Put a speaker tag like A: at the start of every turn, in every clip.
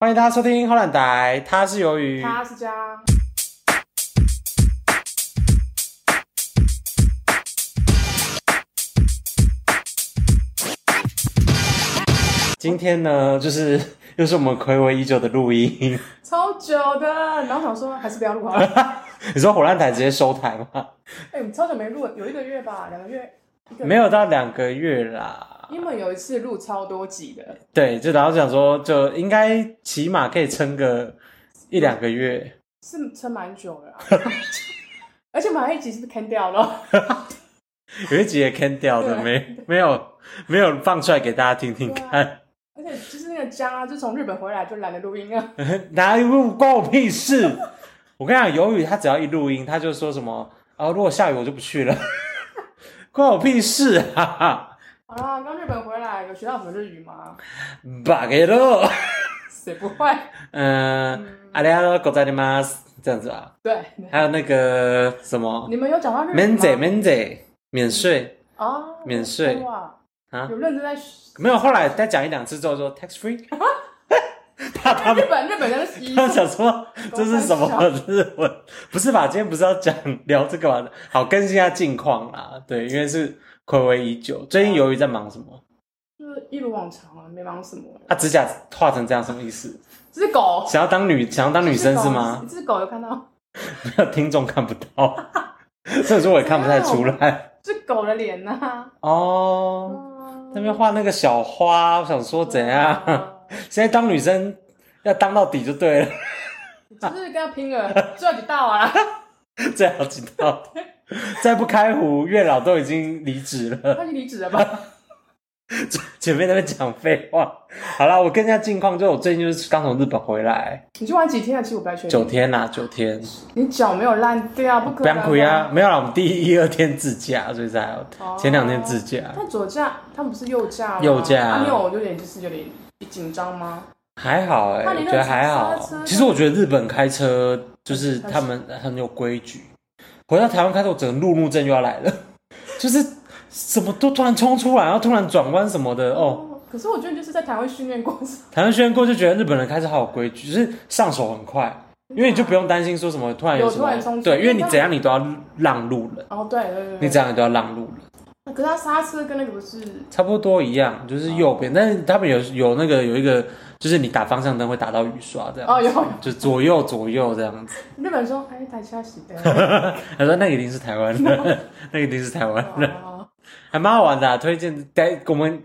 A: 欢迎大家收听《后懒台》，它是由于
B: 他是家，
A: 今天呢，就是 又是我们暌违已久的录音。
B: 超久的，然后想说还是不要录好了。
A: 你说《火烂台》直接收台吗？
B: 哎、我们超久没录了，有一个月吧，两个月，一个
A: 没
B: 有。
A: 有到两个月啦。
B: 因为有一次录超多集的，
A: 对，就然后想说，就应该起码可以撑个一两个 月。
B: 是撑蛮 久的、啊，而且马上一集是不是砍掉了？
A: 有一集也 can 掉的，
B: 对啊
A: 没没有没有放出来给大家听听看。
B: 而且就是那个家，就从日本回来就懒得录音啊。
A: 哪有关我屁 事？我跟你讲，由于他只要一录音，他就说什么啊，如果下雨我就不去了， 关我屁事啊！
B: 好啦，刚日本回来有学到什么日语吗？
A: 巴给喽。
B: 谁不会？
A: 嗯，阿里阿多狗在你妈这样子吧，
B: 对，
A: 还有那个什么
B: 你们有讲到日语吗？
A: 免税免税免税
B: 啊，
A: 免税
B: 哇，
A: 啊，
B: 有认真在学
A: 没有，后来再讲一两次之后说 tax free，怕他
B: 日
A: 们
B: 本日本 人是一
A: 他们想说这是什么日文？不是吧？今天不是要讲聊这个吗？好，更新一下近况啦。对，因为是暌违已久，最近由于在忙什么？
B: 就是一如往常啊，没忙什么，
A: 他指甲画成这样什么意思？
B: 这是狗，
A: 想要当女想要当女生是吗？？
B: 这只狗有看到。
A: 没有 听众看不到， 所以说我也看不太出来。
B: 是狗的脸呐、
A: 哦，那边画那个小花，我想说
B: 不
A: 怎
B: 嗯
A: 样？？
B: 哦
A: 现在当女生要当到底就对了，
B: 就是跟他拼了，最后就到啊！
A: 最好知道。再不开胡，月老都已经离职了。
B: 他就离职了吧？
A: 前面那边讲废话。好啦，我跟人家近况，就我最近就是刚从日本回来，
B: 你去玩几天啊？其实我不太确
A: 九
B: 定。
A: 天啦，九天。
B: 你脚没有烂掉，不可
A: 不
B: 能、
A: 想亏啊，！没有啦，我们第一、二天自驾，所以才好。
B: 哦
A: 前两天自驾，
B: 但左架他们不是右架吗？
A: 右架
B: 啊、你有有点就是有点紧张吗？
A: 还好哎、
B: 那
A: 我
B: 你那
A: 觉得
B: 个
A: 还好
B: 刹车。
A: 其实我觉得日本开车就是他们很有规矩，回到台湾开车，我整个路怒症又要来了，就是什么都突然冲出来，然后突然转弯什么的哦。
B: 哦，可是我觉得就是在台湾训练过程，
A: 台湾轩过就觉得日本人开车好有规矩，就是上手很快，因为你就不用担心说什么突然有
B: 嗯有
A: 什
B: 突然冲
A: 么
B: 出
A: 对，因为你
B: 因为
A: 怎样你都要让路人，
B: 哦，对对对，
A: 你
B: 这
A: 怎样你都要让路人，
B: 可是他刹车跟那个不是
A: 差不多一样，就是右
B: 哦
A: 边，但是他们有有那个有一个就是你打方向灯会打到雨刷这样，
B: 哦，有有
A: 就左右左右这样子。
B: 日本说哎，台下洗 的，
A: 他说那个一定是台湾 的，那个一定是台湾的，
B: 哦
A: 还蛮好玩的、啊，推荐。待我们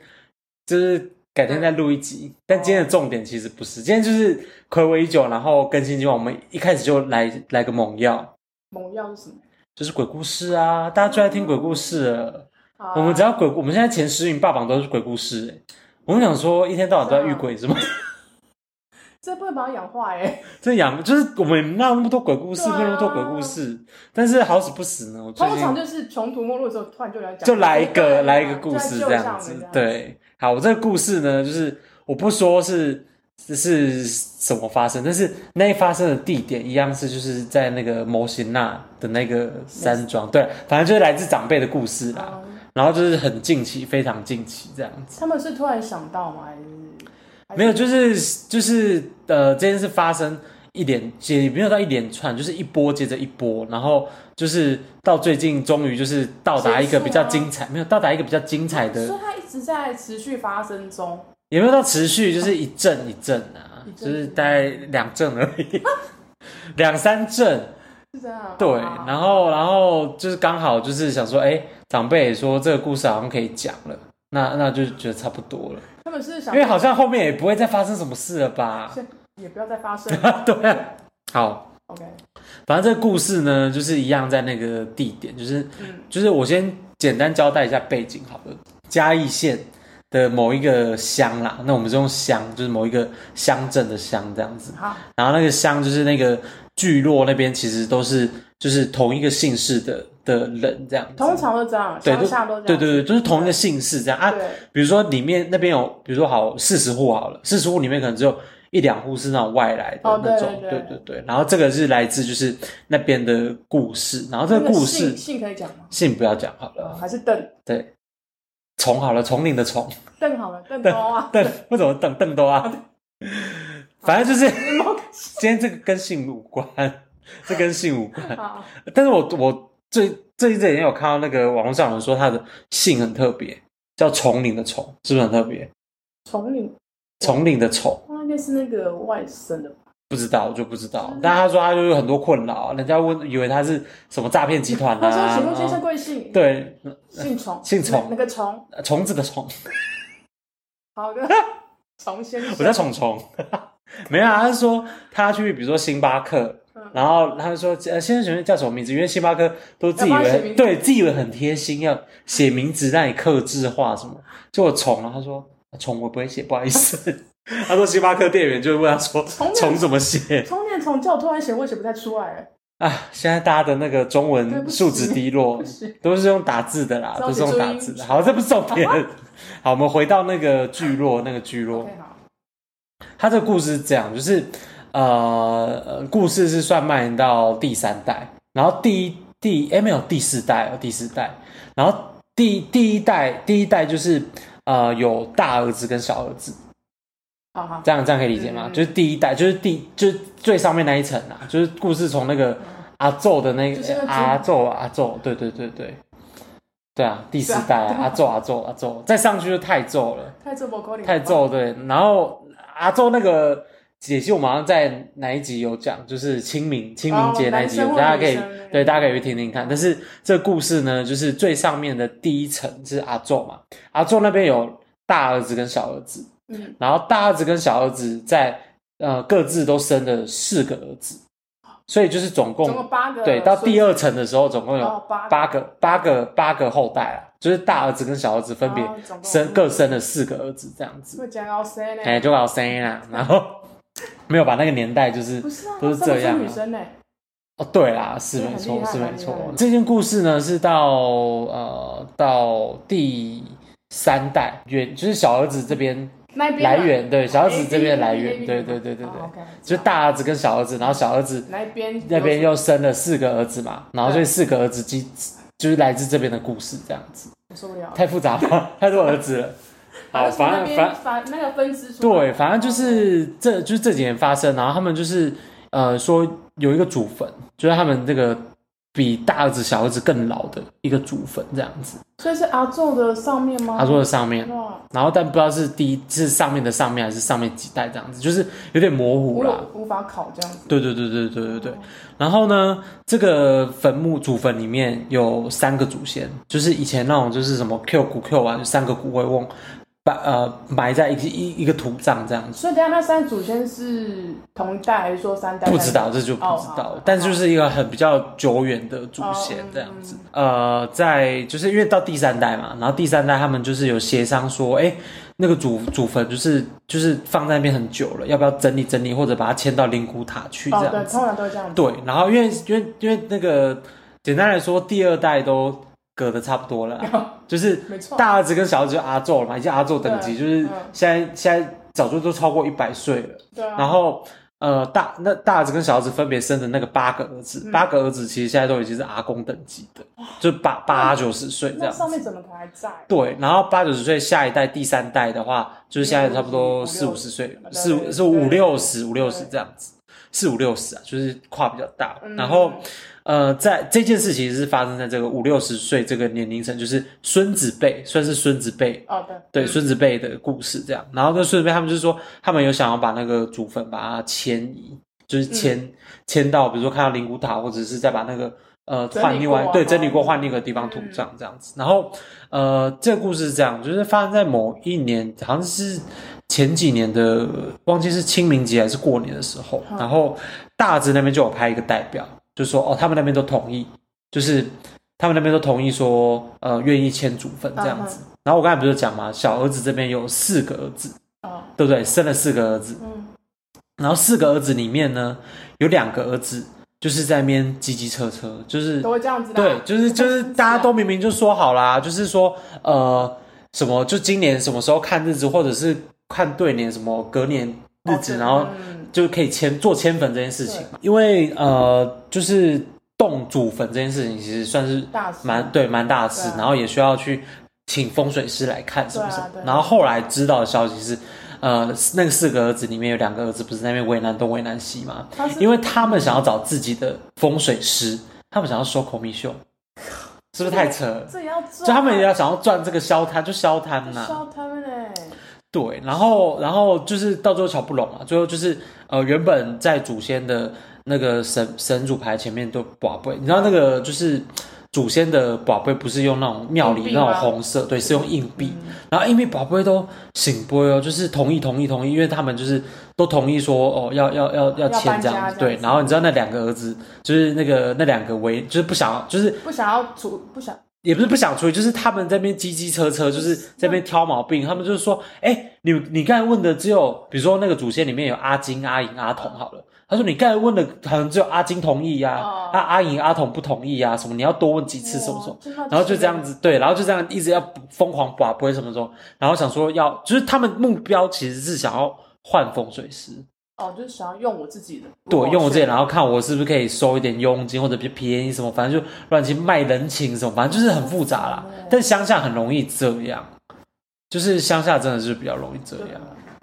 A: 就是改天再录一
B: 嗯
A: 集，但今天的重点其实不是，今天就是暌违已久，然后更新计划，我们一开始就来来个猛药，
B: 猛药是什么？
A: 就是鬼故事啊，大家最爱听鬼故事了。
B: 啊
A: 我们只要鬼，我们现在前十名霸榜都是鬼故事、欸，我们想说一天到晚都在遇鬼是吗？
B: 啊这不会把它养坏哎、
A: 这养就是我们那那么多鬼故事，
B: 对啊
A: 那么多鬼故事，但是好死不死呢，我最
B: 通
A: 近
B: 常就是穷途末路的时候，突然就来讲，
A: 就来一
B: 对
A: 个
B: 啊
A: 来一个故事这样子。，对，好，我这个故事呢，就是我不说是是什么发生，但是那发生的地点一样是就是在那个摩西纳的那个山庄，对，反正就是来自长辈的故事
B: 来救一下人这
A: 啦。
B: 样嗯
A: 然后就是很近期，非常近期这样子。
B: 他们是突然想到吗？还是
A: 没有，就是就是呃，这件事发生一连也没有到一连串，就是一波接着一波，然后就是到最近终于就是到达一个比较精彩，没有到达一个比较精彩的
B: 所以它一直在持续发生中。
A: 也没有到持续，就是一阵一阵啊，
B: 一阵
A: 就是大概两阵而 已，两三阵。
B: 是这样，啊
A: 对，
B: 好
A: 然后然后就是刚好就是想说，哎，长辈也说这个故事好像可以讲了，那那就觉得差不多了，
B: 他们是想，
A: 因为好像后面也不会再发生什么事了吧？
B: 是也不要再发生
A: 对啊，好，
B: ，OK，
A: 反正这个故事呢，就是一样在那个地点，就是
B: 嗯，
A: 就是我先简单交代一下背景好了。嘉义县的某一个乡啦，那我们是用乡，就是某一个乡镇的乡这样子。
B: 好，
A: 然后那个乡就是那个聚落那边，其实都是就是同一个姓氏的的人这样子。
B: 通常都这样，
A: 对都
B: 乡下都这
A: 对
B: 样，
A: 对对，就是同一个姓氏这样啊。
B: 对，
A: 比如说里面那边有，比如说好四十户好了，四十户里面可能只有一两户是那种外来的
B: 哦对
A: 那种，
B: 对
A: 对
B: 对
A: 对对。然后这个是来自就是那边的故事，然后这
B: 那
A: 个
B: 个
A: 故
B: 姓
A: 事
B: 姓可以讲吗？
A: 信不要讲好了
B: 呃，，还是邓
A: 对，虫好了，丛林的虫，
B: 邓好了，邓高啊，
A: 邓为什么邓邓多啊？反正就是
B: 你猫看
A: 今天这个跟性无关，这跟性无关。
B: 好，
A: 但是我我最最近这几天有看到那个网络上有人说他的姓很特别，叫丛林的丛，是不是很特别？
B: 丛林，
A: 丛林的丛，
B: 它应该是那个外省的吧？
A: 不知道我就不知道。
B: 嗯
A: 但他说他就有很多困扰啊，人家问以为他是什么诈骗集团
B: 他说：“
A: 啊，
B: 请问先
A: 然
B: 生
A: 后
B: 贵姓？，
A: 对
B: 姓虫，
A: 姓虫
B: 哪哪个虫？
A: 呃虫子的虫，
B: 好的， 虫先生。
A: 我叫虫虫。 没有啊，他是说他去比如说星巴克
B: 嗯，
A: 然后他就说呃先生请问叫什么名字？因为星巴克都自己以
B: 要帮他写
A: 为
B: 名字
A: 对自己以为很贴心，要写名字让你克制化什么。结果虫啊，他说虫我不会写，不好意思。 他说星巴克店员就会问他说
B: 虫
A: 虫怎么写
B: 虫念虫叫，我突然写，我也写不太出来，
A: 啊？现在大家的那个中
B: 对不
A: 文
B: 起
A: 素质低落
B: 不，是
A: 都是用打字的啦，
B: 知道
A: 都是用打
B: 你注意啊
A: 字的。好，这不是重点。好，我们回到那个聚落，那个聚落。
B: ？OK，好，
A: 他这个故事是这样，就是呃，呃故事是算蔓延到第三代，然后第一第哎没有第四代哦，第四代，然后第第一代第一代就是呃有大儿子跟小儿子，
B: 好好，
A: 这样这样可以理解吗？
B: 嗯
A: 就是第一代就是第就是最上面那一层啊，就是故事从那个阿宙的那个、
B: 就是那个
A: 阿宙阿宙，对对对对。对啊，第四代啊
B: 对啊，
A: 阿宙阿宙阿宙，再上去就太宙了。
B: 太皱不口
A: 太
B: 皱，
A: 皱对，然后阿宙那个解析，我们好像在哪一集有讲，就是清明清明节那一集有，
B: 哦
A: 大家
B: 男
A: 可
B: 生
A: 以
B: 或女生
A: 对大家可以去听听看。但是这个故事呢，就是最上面的第一层是阿宙嘛，阿宙那边有大儿子跟小儿子，
B: 嗯，
A: 然后大儿子跟小儿子在呃各自都生了四个儿子，所以就是总共
B: 总共八个。
A: 对到第二层的时候，总共有
B: 哦八
A: 八个八个八个后代啊，就是大儿子跟小儿子分别
B: 哦总共
A: 生各生了四个儿子这样子。
B: 会讲到谁呢？
A: 哎、就老声音啦，然后没有把那个年代就是
B: 不是啊，
A: 都是这样啊
B: 他们女生呢，
A: 哦，对啦，是
B: 对
A: 没
B: 很
A: 错
B: 厉，害
A: 是
B: 很
A: 没
B: 厉
A: 错
B: 害。
A: 这件故事呢是到呃到第三代远，就是小儿子这边
B: 那边啊哎
A: 来源，对，小儿子这边来
B: A B
A: 源，对
B: A B
A: 对对对对
B: 哦，OK，
A: 就是大儿子跟小儿子，然后小儿子
B: 那边
A: 那边又生了四个儿子嘛，然后所以四个儿子基就是来自这边的故事这样子，
B: 我受不了了，
A: 太复杂了， 太多儿子了。好，
B: 反
A: 反
B: 正
A: 正反
B: 反那个分支出来
A: 对，反正就是这就是这几年发生，然后他们就是呃说有一个祖坟，就是他们这个比大儿子小儿子更老的一个祖坟这样子，
B: 所以是阿宙的上面吗？
A: 他说的上面，
B: 哇，
A: 然后但不知道是第一是上面的上面还是上面几代这样子，就是有点模糊
B: 我
A: 啦。
B: 有无法考这样子。
A: 对对对对对对对。然后呢，这个坟墓祖坟里面有三个祖先，就是以前那种就是什么 Q 骨 Q 啊，就三个骨灰瓮，把呃埋在一个一一个土葬这样子。
B: 所以等一下那三祖先是同一代还是说三代？
A: 不知道，这就不
B: 哦
A: 知道。
B: 好
A: 但就是一个很比较久远的祖先这样子。
B: 哦嗯
A: 呃，在就是因为到第三代嘛，然后第三代他们就是有协商说，哎、那个祖祖坟就是就是放在那边很久了，要不要整理整理，或者把它迁到灵骨塔去这
B: 哦，对，
A: 样子？
B: 通常都会这样子。
A: 对，然后因为因为因为那个简单来说，第二代都隔得差不多了啊，就是
B: 哦没错，
A: 大儿子跟小儿子就阿宙了嘛，已经阿宙等级，就
B: 对
A: 是
B: 嗯
A: 现在现在早就都超过一百岁了。
B: 对啊，
A: 然后呃，大那大儿子跟小儿子分别生的那个八个儿子，
B: 嗯
A: 八个儿子其实现在都已经是阿公等级的，就八八九十岁这
B: 那
A: 样
B: 上
A: 子。
B: 面怎么可能还在？
A: 对，然后八九十岁下一代第三代的话，就是现在差不多
B: 五六
A: 四五十岁，
B: 对
A: 四五
B: 对
A: 是五
B: 对
A: 六十五六十
B: 对
A: 这样子，四五六十啊，就是跨比较大。
B: 嗯
A: 然后呃，在这件事情是发生在这个五六十岁这个年龄层，就是孙子辈，算是孙子辈
B: 哦，对
A: 对孙子辈的故事这样。然后那孙子辈他们就是说，他们有想要把那个祖坟把它迁移，就是
B: 嗯
A: 迁迁、到，比如说看到灵骨塔，或者是再把那个呃
B: 整理
A: 换另外
B: 过啊嗯
A: 对整理过换另一个地方土葬这样子。然后呃，这个故事是这样，就是发生在某一年，好像是。前几年的忘记是清明节还是过年的时候，
B: 嗯
A: 然后大直那边就有派一个代表，就说哦，他们那边都同意，就是他们那边都同意说，呃，愿意迁祖
B: 嗯
A: 坟这样子。然后我刚才不是讲嘛，小儿子这边有四个儿子，
B: 哦，
A: 对不对？生了四个儿子，
B: 嗯，
A: 然后四个儿子里面呢，有两个儿子就是在那边叽叽车车，就是
B: 都会这样子的。啊
A: 对，就是就是大家都明明就说好啦，就是说呃什么就今年什么时候看日子，或者是看对年什么隔年日子，然后
B: 嗯
A: 就可以迁做迁坟这件事情嘛，因为呃，就是动祖坟这件事情，其实算是
B: 大事
A: 蛮对蛮大的事
B: 对，啊
A: 然后也需要去请风水师来看什么什么
B: 对啊对。啊
A: 然后后来知道的消息是，呃，那个四个儿子里面有两个儿子不是在那边为难东为难西吗？
B: 他是
A: 因为他们想要找自己的风水师，他们想要收口蜜秀，是不是太扯 了？
B: 这也要做，
A: 就他们也要想要赚这个消摊，就消摊呐、
B: 笑他们嘞，
A: 对，然后然后就是到最后瞧不拢嘛，最后就是呃，原本在祖先的那个神神主牌前面都宝贝，你知道那个就是祖先的宝贝不是用那种庙
B: 硬
A: 里
B: 币
A: 那种
B: 吗
A: 红色，对，是用硬币，嗯然后硬币宝贝都醒波哦，就是同意同意同意，因为他们就是都同意说哦要要要要
B: 要
A: 签
B: 搬
A: 这
B: 家
A: 样子，
B: 这
A: 对，
B: 样子
A: 然后你知道那两个儿子就是那个那两个为就是不想就是
B: 不想要出，不想
A: 也不是不想出去，就是他们在那边叽叽车车，就是在那边挑毛
B: 嗯
A: 病。他们就是说，哎、你你刚才问的只有，比如说那个祖先里面有阿金、阿银、阿童好了。他说你刚才问的好像只有阿金同意呀、啊
B: 哦，
A: 阿、阿银、阿童不同意呀、啊，什么你要多问几次什么什么
B: 哇。真的
A: 然后就这样
B: 哦是
A: 子，对，然后就这样一直要疯狂把不会什么什么，然后想说要，就是他们目标其实是想要换风水师，
B: 哦，就是想要用我自己的，
A: 对，用我这里，
B: 的，
A: 然后看我是不是可以收一点佣金或者比较便宜什么，反正就乱七卖人情什么，反正就是很复杂啦
B: 哦。
A: 但乡下很容易这样，就是乡下真的是比较容易这样。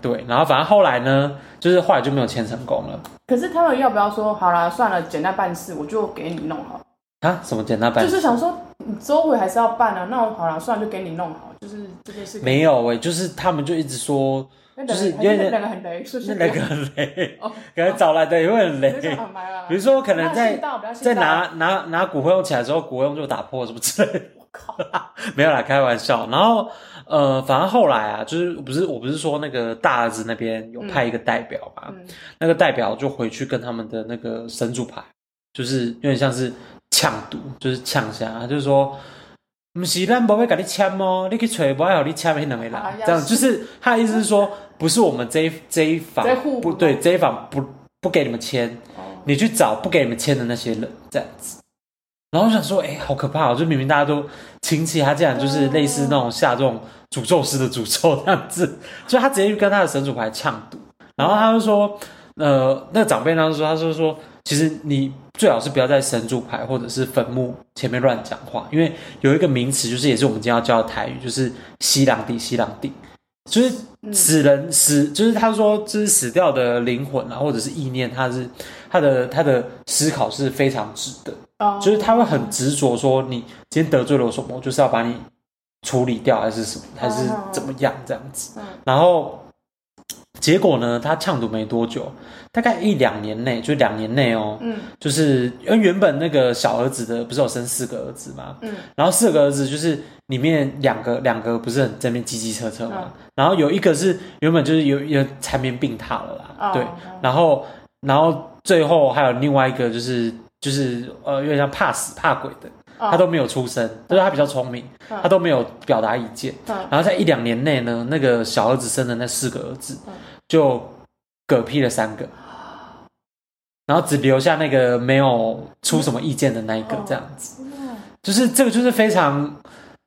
A: 对，然后反正后来呢，就是后来就没有签成功了
B: 可是他们要不要说好啦，算了，简单办事，我就给你弄好。
A: 啊，什么简单办
B: 就是想说，你周围还是要办啊，那我好了，算了，就给你弄好。就是这件事，
A: 没有诶、就是他们就一直说
B: 那
A: 就是
B: 两个还
A: 有点
B: 是两个很雷，是不
A: 那
B: 是？
A: 两个很累，
B: 哦，
A: 感觉找来的也会很
B: 就是
A: 累。
B: 很埋了。
A: 比如说，可能
B: 啊不要
A: 在
B: 信道不要信
A: 在
B: 道
A: 拿拿拿骨灰用起来之后，骨灰用就打破什么之类的。
B: 我靠，
A: 没有啦，开玩笑。然后呃，反正后来啊，就是不是我不是说那个大儿子那边有派一个代表嘛，
B: 嗯，
A: 那个代表就回去跟他们的那个神主牌，就是有点像是呛赌，就是呛下，他就是说。不是咱不会给你签哦，你去找不会给你签那两个人
B: 啊要，是
A: 这样就是他的意思是说，不是我们这一这一房
B: 这户
A: 不
B: 不
A: 对，这一房不不给你们签，
B: 哦，
A: 你去找不给你们签的那些人，这样子。然后我想说，哎、好可怕、哦！就明明大家都亲戚，他竟然就是类似那种下这种诅咒式的诅咒这样子， 所以他直接去跟他的神主牌呛赌。然后他就说，呃，那个长辈他就说，他就说，其实你最好是不要在神主牌或者是坟墓前面乱讲话，因为有一个名词，就是也是我们今天要教的台语，就是“西郎地”，西郎地，就是死人死，就是他说，就是死掉的灵魂啊，或者是意念，他是他的他的思考是非常直的，
B: 哦
A: 就是他会很执着说，你今天得罪了我什么，我就是要把你处理掉，还是什么，还是怎么样这样子
B: 嗯。
A: 然后结果呢，他呛赌没多久，大概一两年内，就两年内哦，
B: 嗯
A: 就是因为原本那个小儿子的不是有生四个儿子吗？
B: 嗯，
A: 然后四个儿子就是里面两个两个不是很正面叽叽车车
B: 嗯
A: 嘛，然后有一个是原本就是有有缠绵病榻了啦，
B: 哦
A: 对
B: 哦，
A: 然后然后最后还有另外一个就是就是呃有点像怕死怕鬼的，
B: 哦
A: 他都没有出声，就是他比较聪明，
B: 嗯
A: 他都没有表达意见，
B: 嗯
A: 然后在一两年内呢，那个小儿子生的那四个儿子
B: 嗯啊
A: 就嗝屁了三个。然后只留下那个没有出什么意见的那一个
B: 哦，
A: 这样子。
B: 嗯
A: 就是这个就是非常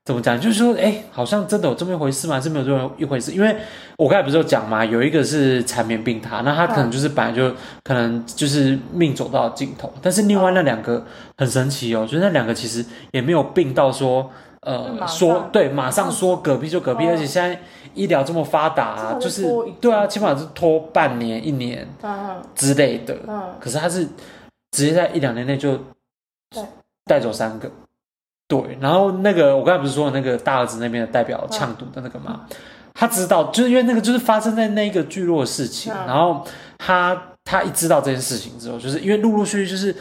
A: 怎么讲，就是说，哎、好像真的有这么一回事吗？还是没有这么一回事？因为我刚才不是有讲嘛，有一个是缠绵病榻，那他可能就是本来就可能就是命走到尽头，但是另外那两个很神奇哦，就是那两个其实也没有病到说。
B: 就
A: 呃，
B: 马上
A: 说对，马上说隔壁就隔壁，
B: 哦
A: 而且现在医疗这么发达、啊，就
B: 至
A: 是
B: 少就拖一阵
A: 对啊，起码是拖半年、一年
B: 嗯
A: 之类的。
B: 嗯，
A: 可是他是直接在一两年内就
B: 对
A: 带走三个，对。然后那个我刚才不是说那个大儿子那边的代表呛赌的那个嘛，他知道，就是因为那个就是发生在那一个聚落的事情，
B: 嗯
A: 然后他他一知道这件事情之后，就是因为陆陆续续就是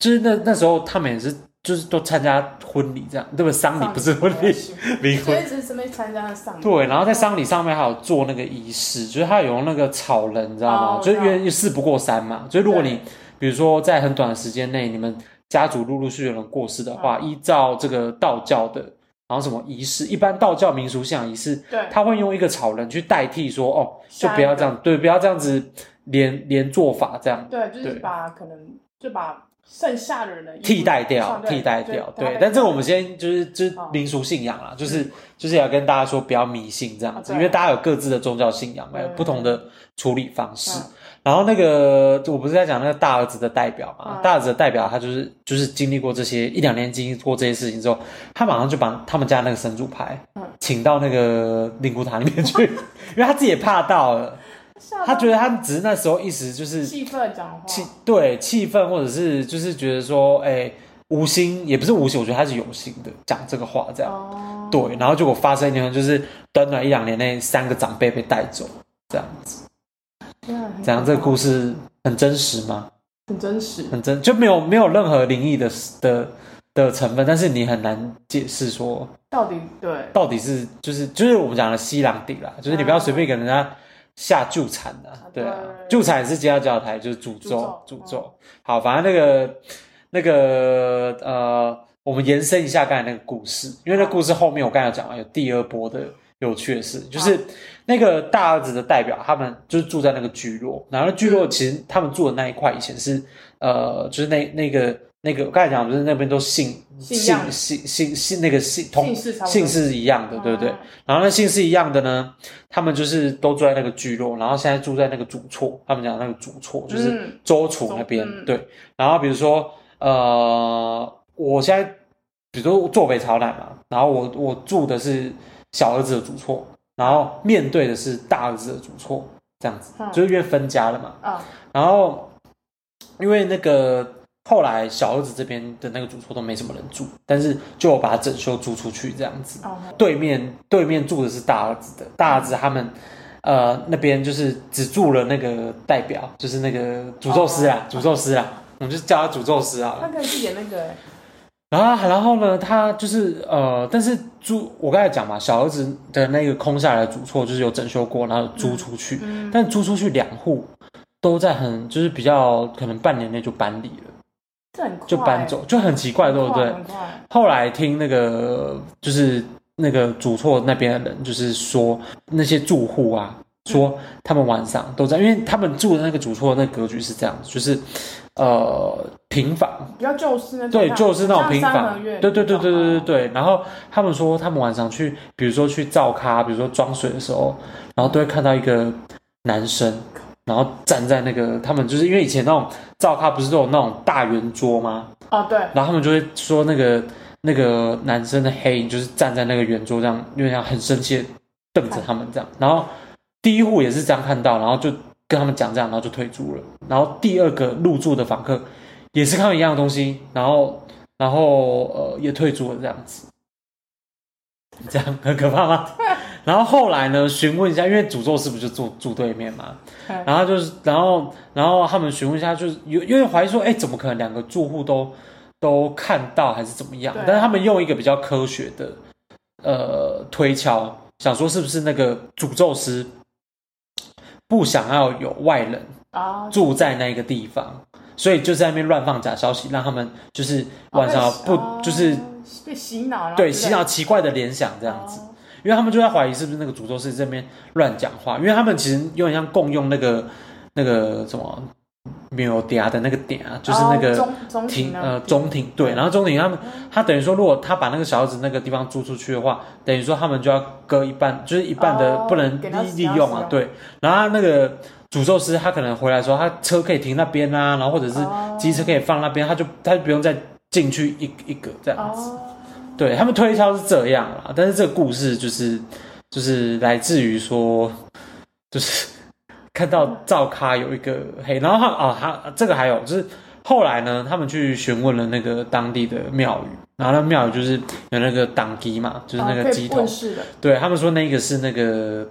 A: 就是那那时候他们也是就是都参加婚礼这样，对不对？丧礼不是婚礼，
B: 就
A: 离婚
B: 一直是没参加上。
A: 对，然后在丧礼上面还有做那个仪式，就是他有用那个草人，你知道吗？
B: 哦我
A: 就是因
B: 知道
A: 为事不过三嘛，所以如果
B: 对
A: 你比如说在很短的时间内，你们家族陆陆续续有人过世的
B: 嗯
A: 话，依照这个道教的，然后什么仪式，一般道教民俗信仰仪式，
B: 对，
A: 他会用一个草人去代替说，哦，就
B: 下一
A: 不要
B: 个
A: 这样，对，不要这样子连连做法这样。
B: 对，就
A: 对
B: 是把可能就把剩下的人的衣服
A: 替代掉
B: 上，
A: 替代掉，
B: 就
A: 对
B: 搭。配
A: 但这个我们先就是就是
B: 哦
A: 民俗信仰啦，就是就是要跟大家说不要迷信这样子，
B: 哦对
A: 因为大家有各自的宗教信仰嘛，有
B: 嗯
A: 不同的处理方式
B: 嗯。
A: 然后那个我不是在讲那个大儿子的代表嘛，
B: 嗯
A: 大儿子的代表他就是就是经历过这些一两年经历过这些事情之后，他马上就把他们家那个神主牌，
B: 嗯
A: 请到那个灵骨塔里面去， 因为他自己也怕到了，他觉得他只是那时候一时就是
B: 气氛讲话，
A: 气对气氛，或者是就是觉得说，哎、无心也不是无心，我觉得他是有心的讲这个话这样。
B: 哦，
A: 对，然后结果发生一件事就是短短一两年内，三个长辈被带走，这样子，
B: 天啊，
A: 这样这个故
B: 事
A: 事很真实吗？
B: 很真实，
A: 很真，就没有没有任何灵异的的的成分，但是你很难解释说
B: 到底对，
A: 到底是就是就是我们讲的西郎底啦，就是你
B: 啊
A: 不要随便给人家下助产啊，对啊，助产也是基督教的台，就是诅咒
B: 诅咒嗯
A: 诅咒。好，反正那个那个呃，我们延伸一下刚才那个故事，因为那故事后面我刚才有讲完有第二波的有趣的事，就是那个大儿子的代表，他们就是住在那个聚落，然后那聚落
B: 嗯
A: 其实他们住的那一块以前是呃，就是那那个。那个我刚才讲，不是那边都姓
B: 信仰
A: 姓姓姓姓那个姓同
B: 姓氏差不多
A: 姓氏一样的，对不对？
B: 嗯
A: 然后那姓氏一样的呢，他们就是都住在那个聚落，然后现在住在那个主厝，他们讲那个主厝就是
B: 嗯
A: 周楚那边、
B: 嗯
A: 对。然后比如说呃，我现在比如说坐北朝南嘛，然后我我住的是小儿子的主厝，然后面对的是大儿子的主厝，这样子
B: 嗯
A: 就是因为分家了嘛。
B: 啊，
A: 然后因为那个后来小儿子这边的那个主厝都没什么人住，但是就有把它整修租出去这样子。
B: 哦，
A: 对面对面住的是大儿子的，大儿子他们呃那边就是只住了那个代表，就是那个诅咒师啊，
B: 哦
A: 诅咒师啊，我们就叫他诅咒师啊。
B: 他可以去演那个
A: 然后然后呢，他就是呃，但是租我刚才讲嘛，小儿子的那个空下来的主厝就是有整修过，然后租出去，
B: 嗯
A: 但租出去两户都在很就是比较可能半年内就搬离了，
B: 这很快
A: 就搬，走，就很奇怪，对不
B: 很快
A: 对？
B: 很快，
A: 后来听那个就是那个主厝那边的人，就是说那些住户啊，说他们晚上都在，因为他们住的那个主厝的那个格局是这样子，就是呃平房，
B: 比较就是那种
A: 对，
B: 像
A: 就是那种平
B: 像三合
A: 房，
B: 院
A: 对对对对对对
B: 那种
A: 对。然后他们说他们晚上去，比如说去造咖，比如说装水的时候，然后都会看到一个男生。然后站在那个，他们就是因为以前那种造咖不是都有那种大圆桌吗？
B: 哦，对，
A: 然后他们就会说那个那个男生的黑影就是站在那个圆桌这样，有点像很生气的瞪着他们这样。然后第一户也是这样看到，然后就跟他们讲这样，然后就退租了。然后第二个入住的房客也是看到一样的东西，然后然后呃也退租了这样子。这样很可怕吗？ 然后后来呢？询问一下，因为诅咒师不就住住对面嘛，
B: 嗯
A: 然后就是，然后，然后他们询问一下，就是有有点怀疑说，哎，怎么可能两个住户都都看到还是怎么样
B: 对？啊
A: 但是他们用一个比较科学的呃推敲，想说是不是那个诅咒师不想要有外人
B: 啊，
A: 住在那个地方，所以就在那边乱放假消息，让他们就是晚上不、
B: 哦
A: 就是
B: 被洗脑，然后
A: 对
B: 就在
A: 洗脑奇怪的联想这样子。
B: 哦
A: 因为他们就在怀疑是不是那个诅咒师这边乱讲话，因为他们其实有点像共用那个那个什么没有嗲的那个嗲，就是那
B: 哦
A: 个
B: 中中庭
A: 庭
B: 那
A: 呃
B: 种
A: 中庭对，然后中庭他们他等于说，如果他把那个小儿子那个地方租出去的话，等于说他们就要割一半，就是一半的
B: 哦
A: 不能利、
B: 给他
A: 利用
B: 使
A: 啊
B: 用，
A: 对。然后他那个诅咒师他可能回来说，他车可以停那边啊，然后或者是
B: 哦
A: 机车可以放那边，他就他就不用再进去一一个这样子。
B: 哦，
A: 对他们推敲是这样啦，但是这个故事就是就是来自于说，就是 看到赵咖有一个黑，然后他哦他这个还有就是后来呢，他们去询问了那个当地的庙宇，然后那庙宇就是有那个党鸡嘛，就是那
B: 哦
A: 个
B: 被
A: 鸡头
B: 问，世的
A: 对他们说那个是那个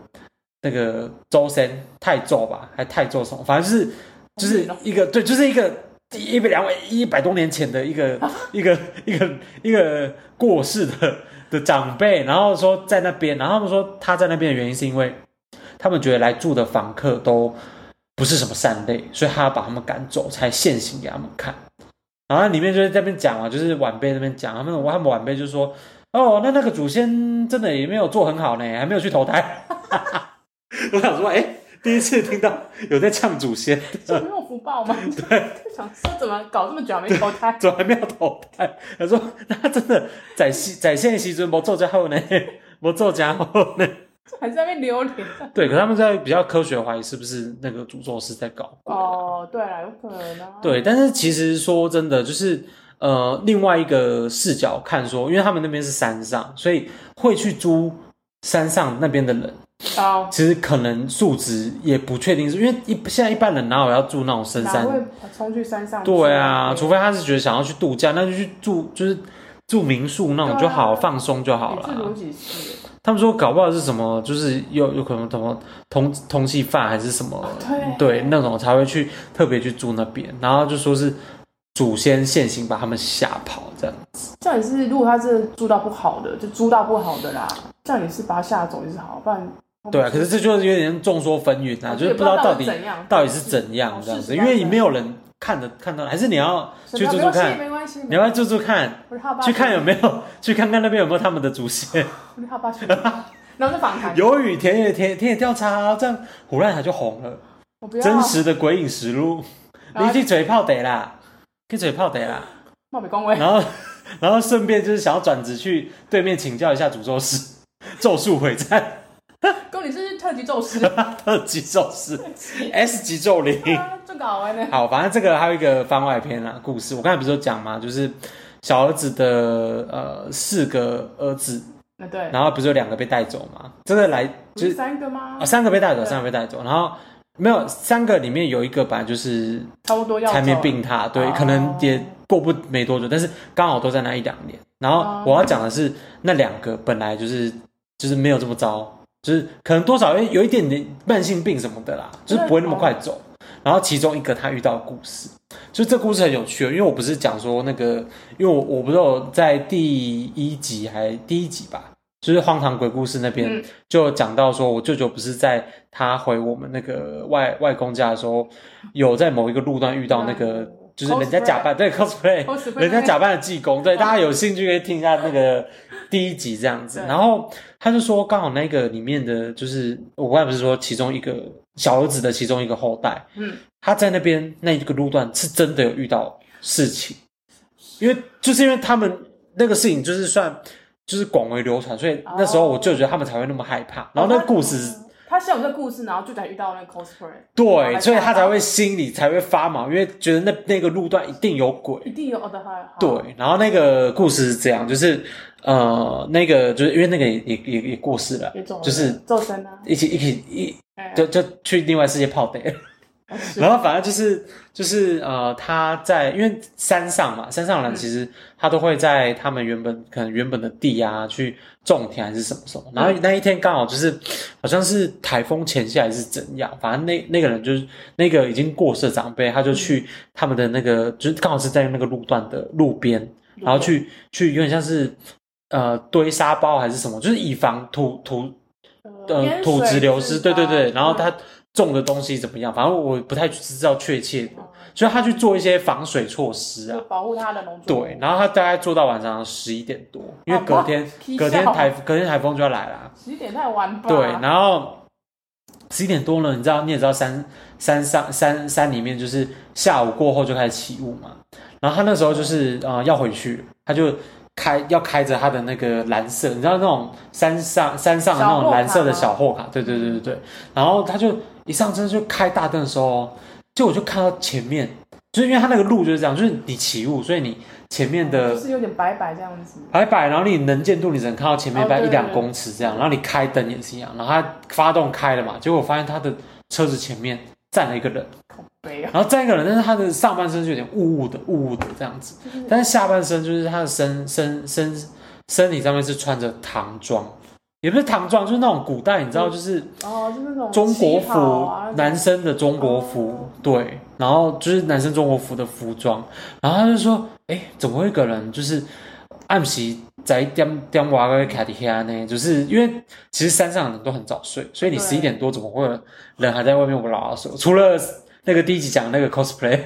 A: 那个周深泰咒吧，还泰咒什么，反正就是就是一个对，就是一个一百两百一百多年前的一个一个一个一个过世的的长辈，然后说在那边，然后他们说他在那边的原因是因为他们觉得来住的房客都不是什么善类，所以他要把他们赶走，才现行给他们看。然后里面就是在那边讲啊，就是晚辈那边讲，他们他们晚辈就说，哦，那那个祖先真的也没有做很好呢，还没有去投胎。 我想说，哎、第一次听到有在呛祖先，
B: 就没有福报吗？ 对，想说怎么搞这么久还没投胎？
A: 怎么还没有投胎？他 说：“那真的在西在现时阵无做家好呢，无做家好呢。”
B: 还在那边榴莲。
A: 对，可他们在比较科学怀疑是不是那个诅咒师在搞鬼啊、
B: 哦，对了，有可能啊。
A: 对，但是其实说真的，就是呃，另外一个视角看说，因为他们那边是山上，所以会去租山上那边的人，
B: 哦，
A: 其实可能素质也不确定是，因为一现在一般人哪有要住那种深
B: 哪
A: 山？
B: 会冲去山上？
A: 对啊，除非他是觉得想要去度假，那就去住就是住民宿那种就好，
B: 对啊
A: 放松就好
B: 你
A: 了
B: 自
A: 啊。
B: 如几次？
A: 他们说搞不好是什么，就是有有可能什么通通缉犯还是什么，
B: 哦对
A: 那种才会去特别去住那边，然后就说是祖先现行把他们吓跑这样。
B: 这样也是，如果他真的租到不好的，就租到不好的啦。这样也是把他吓走也是好，不然
A: 对啊，可是这就是有点众说纷纭啊，
B: 哦我
A: 就
B: 觉
A: 是
B: 得
A: 不知道到底
B: 怎样，
A: 到底是怎样
B: 哦
A: 这样子，
B: 是
A: 因为没有人看的看到，还是你要去住
B: 没
A: 住
B: 关系
A: 看，
B: 没关系，
A: 你要不要住住看，
B: 我是他爸
A: 去看有没有去看看那边有没有他们的祖 先。
B: 我是他爸去，然后就访谈，
A: 有雨田野田田野调查、这样胡乱他就红了。
B: 我不要啊
A: 真实的鬼影实录，
B: 然
A: 你
B: 后
A: 去嘴炮得啦，去嘴炮得啦，
B: 冒昧恭维，
A: 然后 然后顺便就是想要转职去对面请教一下诅咒师。 咒术回战
B: 哥你这是特级 咒师，
A: 特级咒 师 S 级咒灵，
B: 啊就搞完了，
A: 好，反正这个还有一个番外篇啊，故事我刚才不是有讲嘛，就是小儿子的呃四个儿子，
B: 那对，
A: 然后不是有两个被带走嘛，真的来
B: 不
A: 就是是
B: 三个吗
A: 啊、？三个被带走，
B: 对
A: 三个被带走，然后没有三个里面有一个本来就是
B: 差不多要
A: 缠绵
B: 走
A: 病榻，对，
B: 哦
A: 可能也过不没多久，但是刚好都在那一两年。然
B: 哦
A: 后我要讲的是，那两个本来就是就是没有这么糟，就是可能多少有有一点点慢性病什么的啦，就是不会那么快走。然后其中一个他遇到的故事，就这故事很有趣哦，因为我不是讲说那个，因为我我不是有在第一集还第一集吧，就是荒唐鬼故事那边、
B: 嗯
A: 就讲到说，我舅舅不是在他回我们那个外外公家的时候，有在某一个路段遇到那个，
B: 嗯
A: 就是人家假扮对 cosplay，
B: cosplay
A: 人家假扮的济公，对，大家有兴趣可以听一下那个第一集这样子。
B: 对
A: 然后他就说，刚好那个里面的就是我刚才不是说其中一个小儿子的其中一个后代，
B: 嗯，
A: 他在那边那一个路段是真的有遇到事情，因为就是因为他们那个事情就是算就是广为流传，所以那时候我就觉得他们才会那么害怕。然后那个故事是
B: 嗯他先有这个故事，然后就才遇到那个 cosplay，然
A: 对，
B: 后
A: 所以他才
B: 看到
A: 会心里才会发毛，因为觉得那那个路段一定有鬼。
B: 一定有哦的哈，好，
A: 对，然后那个故事是这样，就是呃，那个就是因为那个也也也也过世了，
B: 也走了
A: 就是
B: 咒身啊，
A: 一起一起一
B: 哎
A: 就就去另外世界泡得了。
B: 是
A: 然后反正就是就是呃，他在因为山上嘛，山上人其实他都会在他们原本可能原本的地啊去种田还是什么什么。然后那一天刚好就是好像是台风前夕还是怎样，反正那那个人就是那个已经过世的长辈，他就去他们的那个就是刚好是在那个路段的路边，然后去去有点像是呃堆沙包还是什么，就是以防土土呃
B: 淹
A: 土
B: 水
A: 质流失，
B: 是
A: 对对
B: 吧
A: 对，然后
B: 嗯
A: 他种的东西怎么样，反正我不太知道确切的，所以他去做一些防水措施啊
B: 哦就。保护他的农作物
A: 对，，然后他大概做到晚上十一点多，因为隔天、
B: 踢
A: 隔天
B: 哦笑
A: 台隔天台风就要来啦。
B: 十一点太晚吧？
A: 对，然后十一点多呢，你知道你也知道山山上山山里面就是下午过后就开始起雾嘛，然后他那时候就是呃要回去，他就开要开着他的那个蓝色，你知道那种山上山上的那
B: 小
A: 种
B: 货
A: 蓝色的
B: 卡吗
A: 小货卡，对对对对对，然后他就一上车就开大灯的时候，哦就我就看到前面。就是因为他那个路就是这样，就是你起雾，所以你前面的
B: 就是有点白白这样子，
A: 白摆，然后你能见度你只能看到前面
B: 哦
A: 大概
B: 对
A: 一两
B: 对
A: 公尺这样，然后你开灯也是一样，然后他发动开了嘛，结果我发现他的车子前面站了一个人，
B: 好悲啊！
A: 然后站一个人，但是他的上半身就有点雾雾的雾雾的这样子，
B: 嗯
A: 但是下半身就是他的身身身身体上面是穿着唐装，也不是唐装，就是那种古代你知道就是
B: 哦，就那种
A: 中国
B: 旗
A: 服，
B: 袍啊
A: 男生的中国服，
B: 哦
A: 对，然后就是男生中国服的服装，然后他就说，哎，怎么会有一个人就是暗时在点点娃个卡迪亚呢？就是因为其实山上的人都很早睡，所以你
B: 对
A: 十一点多怎么会有人还在外面拉拉手？除了那个第一集讲的那个 cosplay，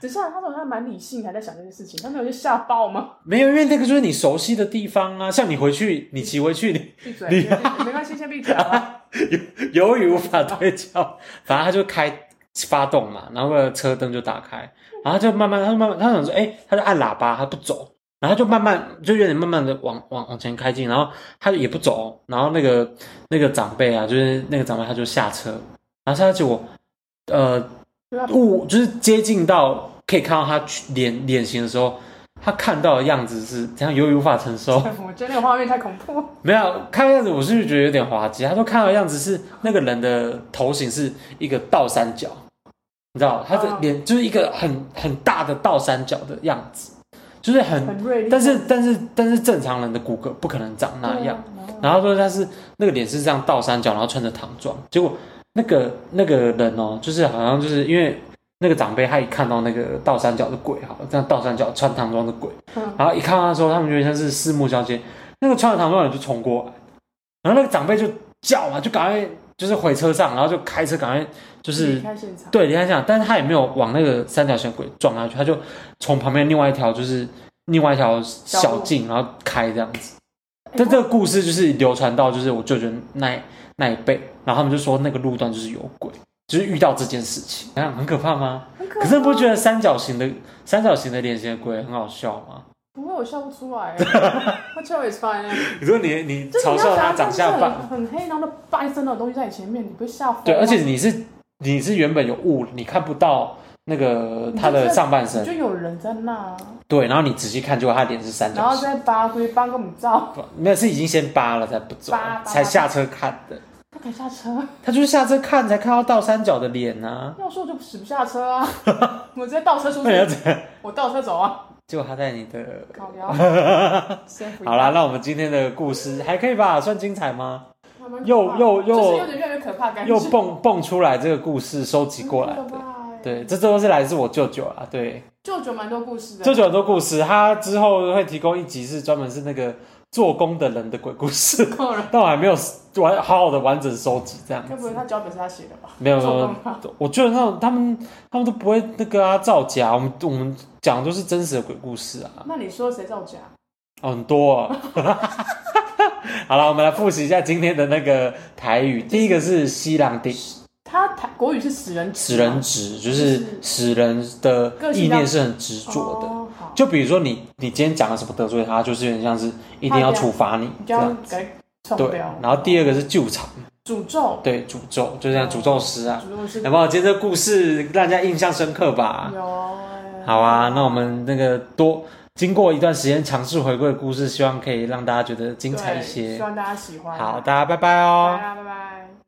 B: 等一下，他说他蛮理性，还在想这件事情，他没有去吓爆吗？
A: 没有，因为那个就是你熟悉的地方啊。像你回去，你骑回去，你
B: 闭嘴，
A: 你
B: 没关系，先闭 嘴啊！
A: 由于无法对焦，反正他就开发动嘛，然后车灯就打开，然后他就慢慢，他就慢慢，他想说，哎、他就按喇叭，他不走，然后就慢慢就有点慢慢的往往往前开进，然后他也不走，然后那个那个长辈啊，就是那个长辈他就下车，然后下车结果呃
B: 对啊
A: 雾就是接近到可以看到他脸脸型的时候，他看到的样子是这样，由于无法承受。
B: 我觉得那个画面太恐怖。
A: 没有看样子，我是觉得有点滑稽。他说看到样子是那个人的头型是一个倒三角，你知道，他的
B: 哦
A: 脸就是一个很很大的倒三角的样子，就是很，
B: 很锐利，啊
A: 但是但是但是正常人的骨骼不可能长那样。
B: 对啊
A: 然后说他是那个脸是这样倒三角，然后穿着唐装，结果那个那个人哦，就是好像就是因为那个长辈他一看到那个倒三角的鬼，好了，这样倒三角穿唐装的鬼，
B: 嗯
A: 然后一看到他的时候，他们觉得像是四目交接，那个穿着唐装的人就冲过来，然后那个长辈就叫啊嘛，就赶快就是回车上，然后就开车赶快就是
B: 离开现场，
A: 对，你看这样，但是他也没有往那个三角形轨撞下去，他就从旁边另外一条就是另外一条小径，然后开这样子。
B: 哎
A: 但这个故事就是流传到就是我舅舅那一那一辈，然后他们就说那个路段就是有鬼，就是遇到这件事情，那很可怕吗？
B: 很可
A: 可是你不觉
B: 得
A: 得三角形的三角形的脸型的鬼很好笑吗？
B: 不会，我笑不出 来。我笑也出来，
A: 你说你你
B: 就是
A: 嘲
B: 你
A: 笑
B: 要
A: 他
B: 想
A: 长相
B: 很
A: 吧，
B: 很黑，然后那半身的东西在你前面，你不会吓疯吗？
A: 对，而且你是你是原本有雾，你看不到那个他
B: 你
A: 的
B: 就是
A: 上半身
B: 就，有人在那，啊
A: 对，然后你仔细看，结果他脸是三角
B: 然后
A: 形。
B: 在扒龟扒个母照，
A: 那是已经先扒了才不走
B: 扒，扒
A: 才下车看的。
B: 他敢下车？
A: 他就是下车看才看到倒三角的脸啊。
B: 要说我就死不下车 啊！我直接倒车出
A: 那你要
B: 去，
A: 怎样？
B: 我倒车走啊！
A: 结果他在你的……
B: 搞 聊，
A: 好啦，，那我们今天的故事还可以吧？算精彩吗？
B: 还蛮可怕的
A: 又又又
B: 就是有点越来越可怕的感觉，
A: 又蹦蹦出来这个故事收集过来
B: 很可
A: 的。
B: 怕欸
A: 对，，这都是来自我舅舅啊。对，
B: 舅舅蛮多故事的，
A: 舅舅很多故事，他之后会提供一集是专门是那个做工的人的鬼故事，
B: 够了，
A: 但我还没有完好好的完整收集这样
B: 该不会
A: 子。
B: 他脚本是他写的吧？
A: 没有没有没
B: 做
A: 有
B: 梦，吧
A: 我觉得那种他们他们都不会那个啊造假，我们我们讲的都是真实的鬼故事啊，
B: 那你说谁造假？
A: 哦、很多、哦。 好了，我们来复习一下今天的那个台语。第一个是西郎丁
B: 他台国语是死人
A: 使人直，就是使人的意念是很执着的。
B: 哦、好，
A: 就比如说你你今天讲了什么得罪他，就是有点像是一定要处罚你
B: 你
A: 这
B: 就要
A: 样。
B: 给
A: 对
B: 他冲掉。，
A: 然后第二个是救场，
B: 诅咒，
A: 对诅咒，就像诅咒师啊。
B: 诅咒是
A: 有没有？今天这故事让大家印象深刻吧？
B: 有欸
A: 好啊，那我们那个多经过一段时间尝试回归的故事，希望可以让大家觉得精彩一
B: 对
A: 些
B: 希。望大家喜欢。
A: 好，大家拜拜哦。
B: 拜啦，拜拜。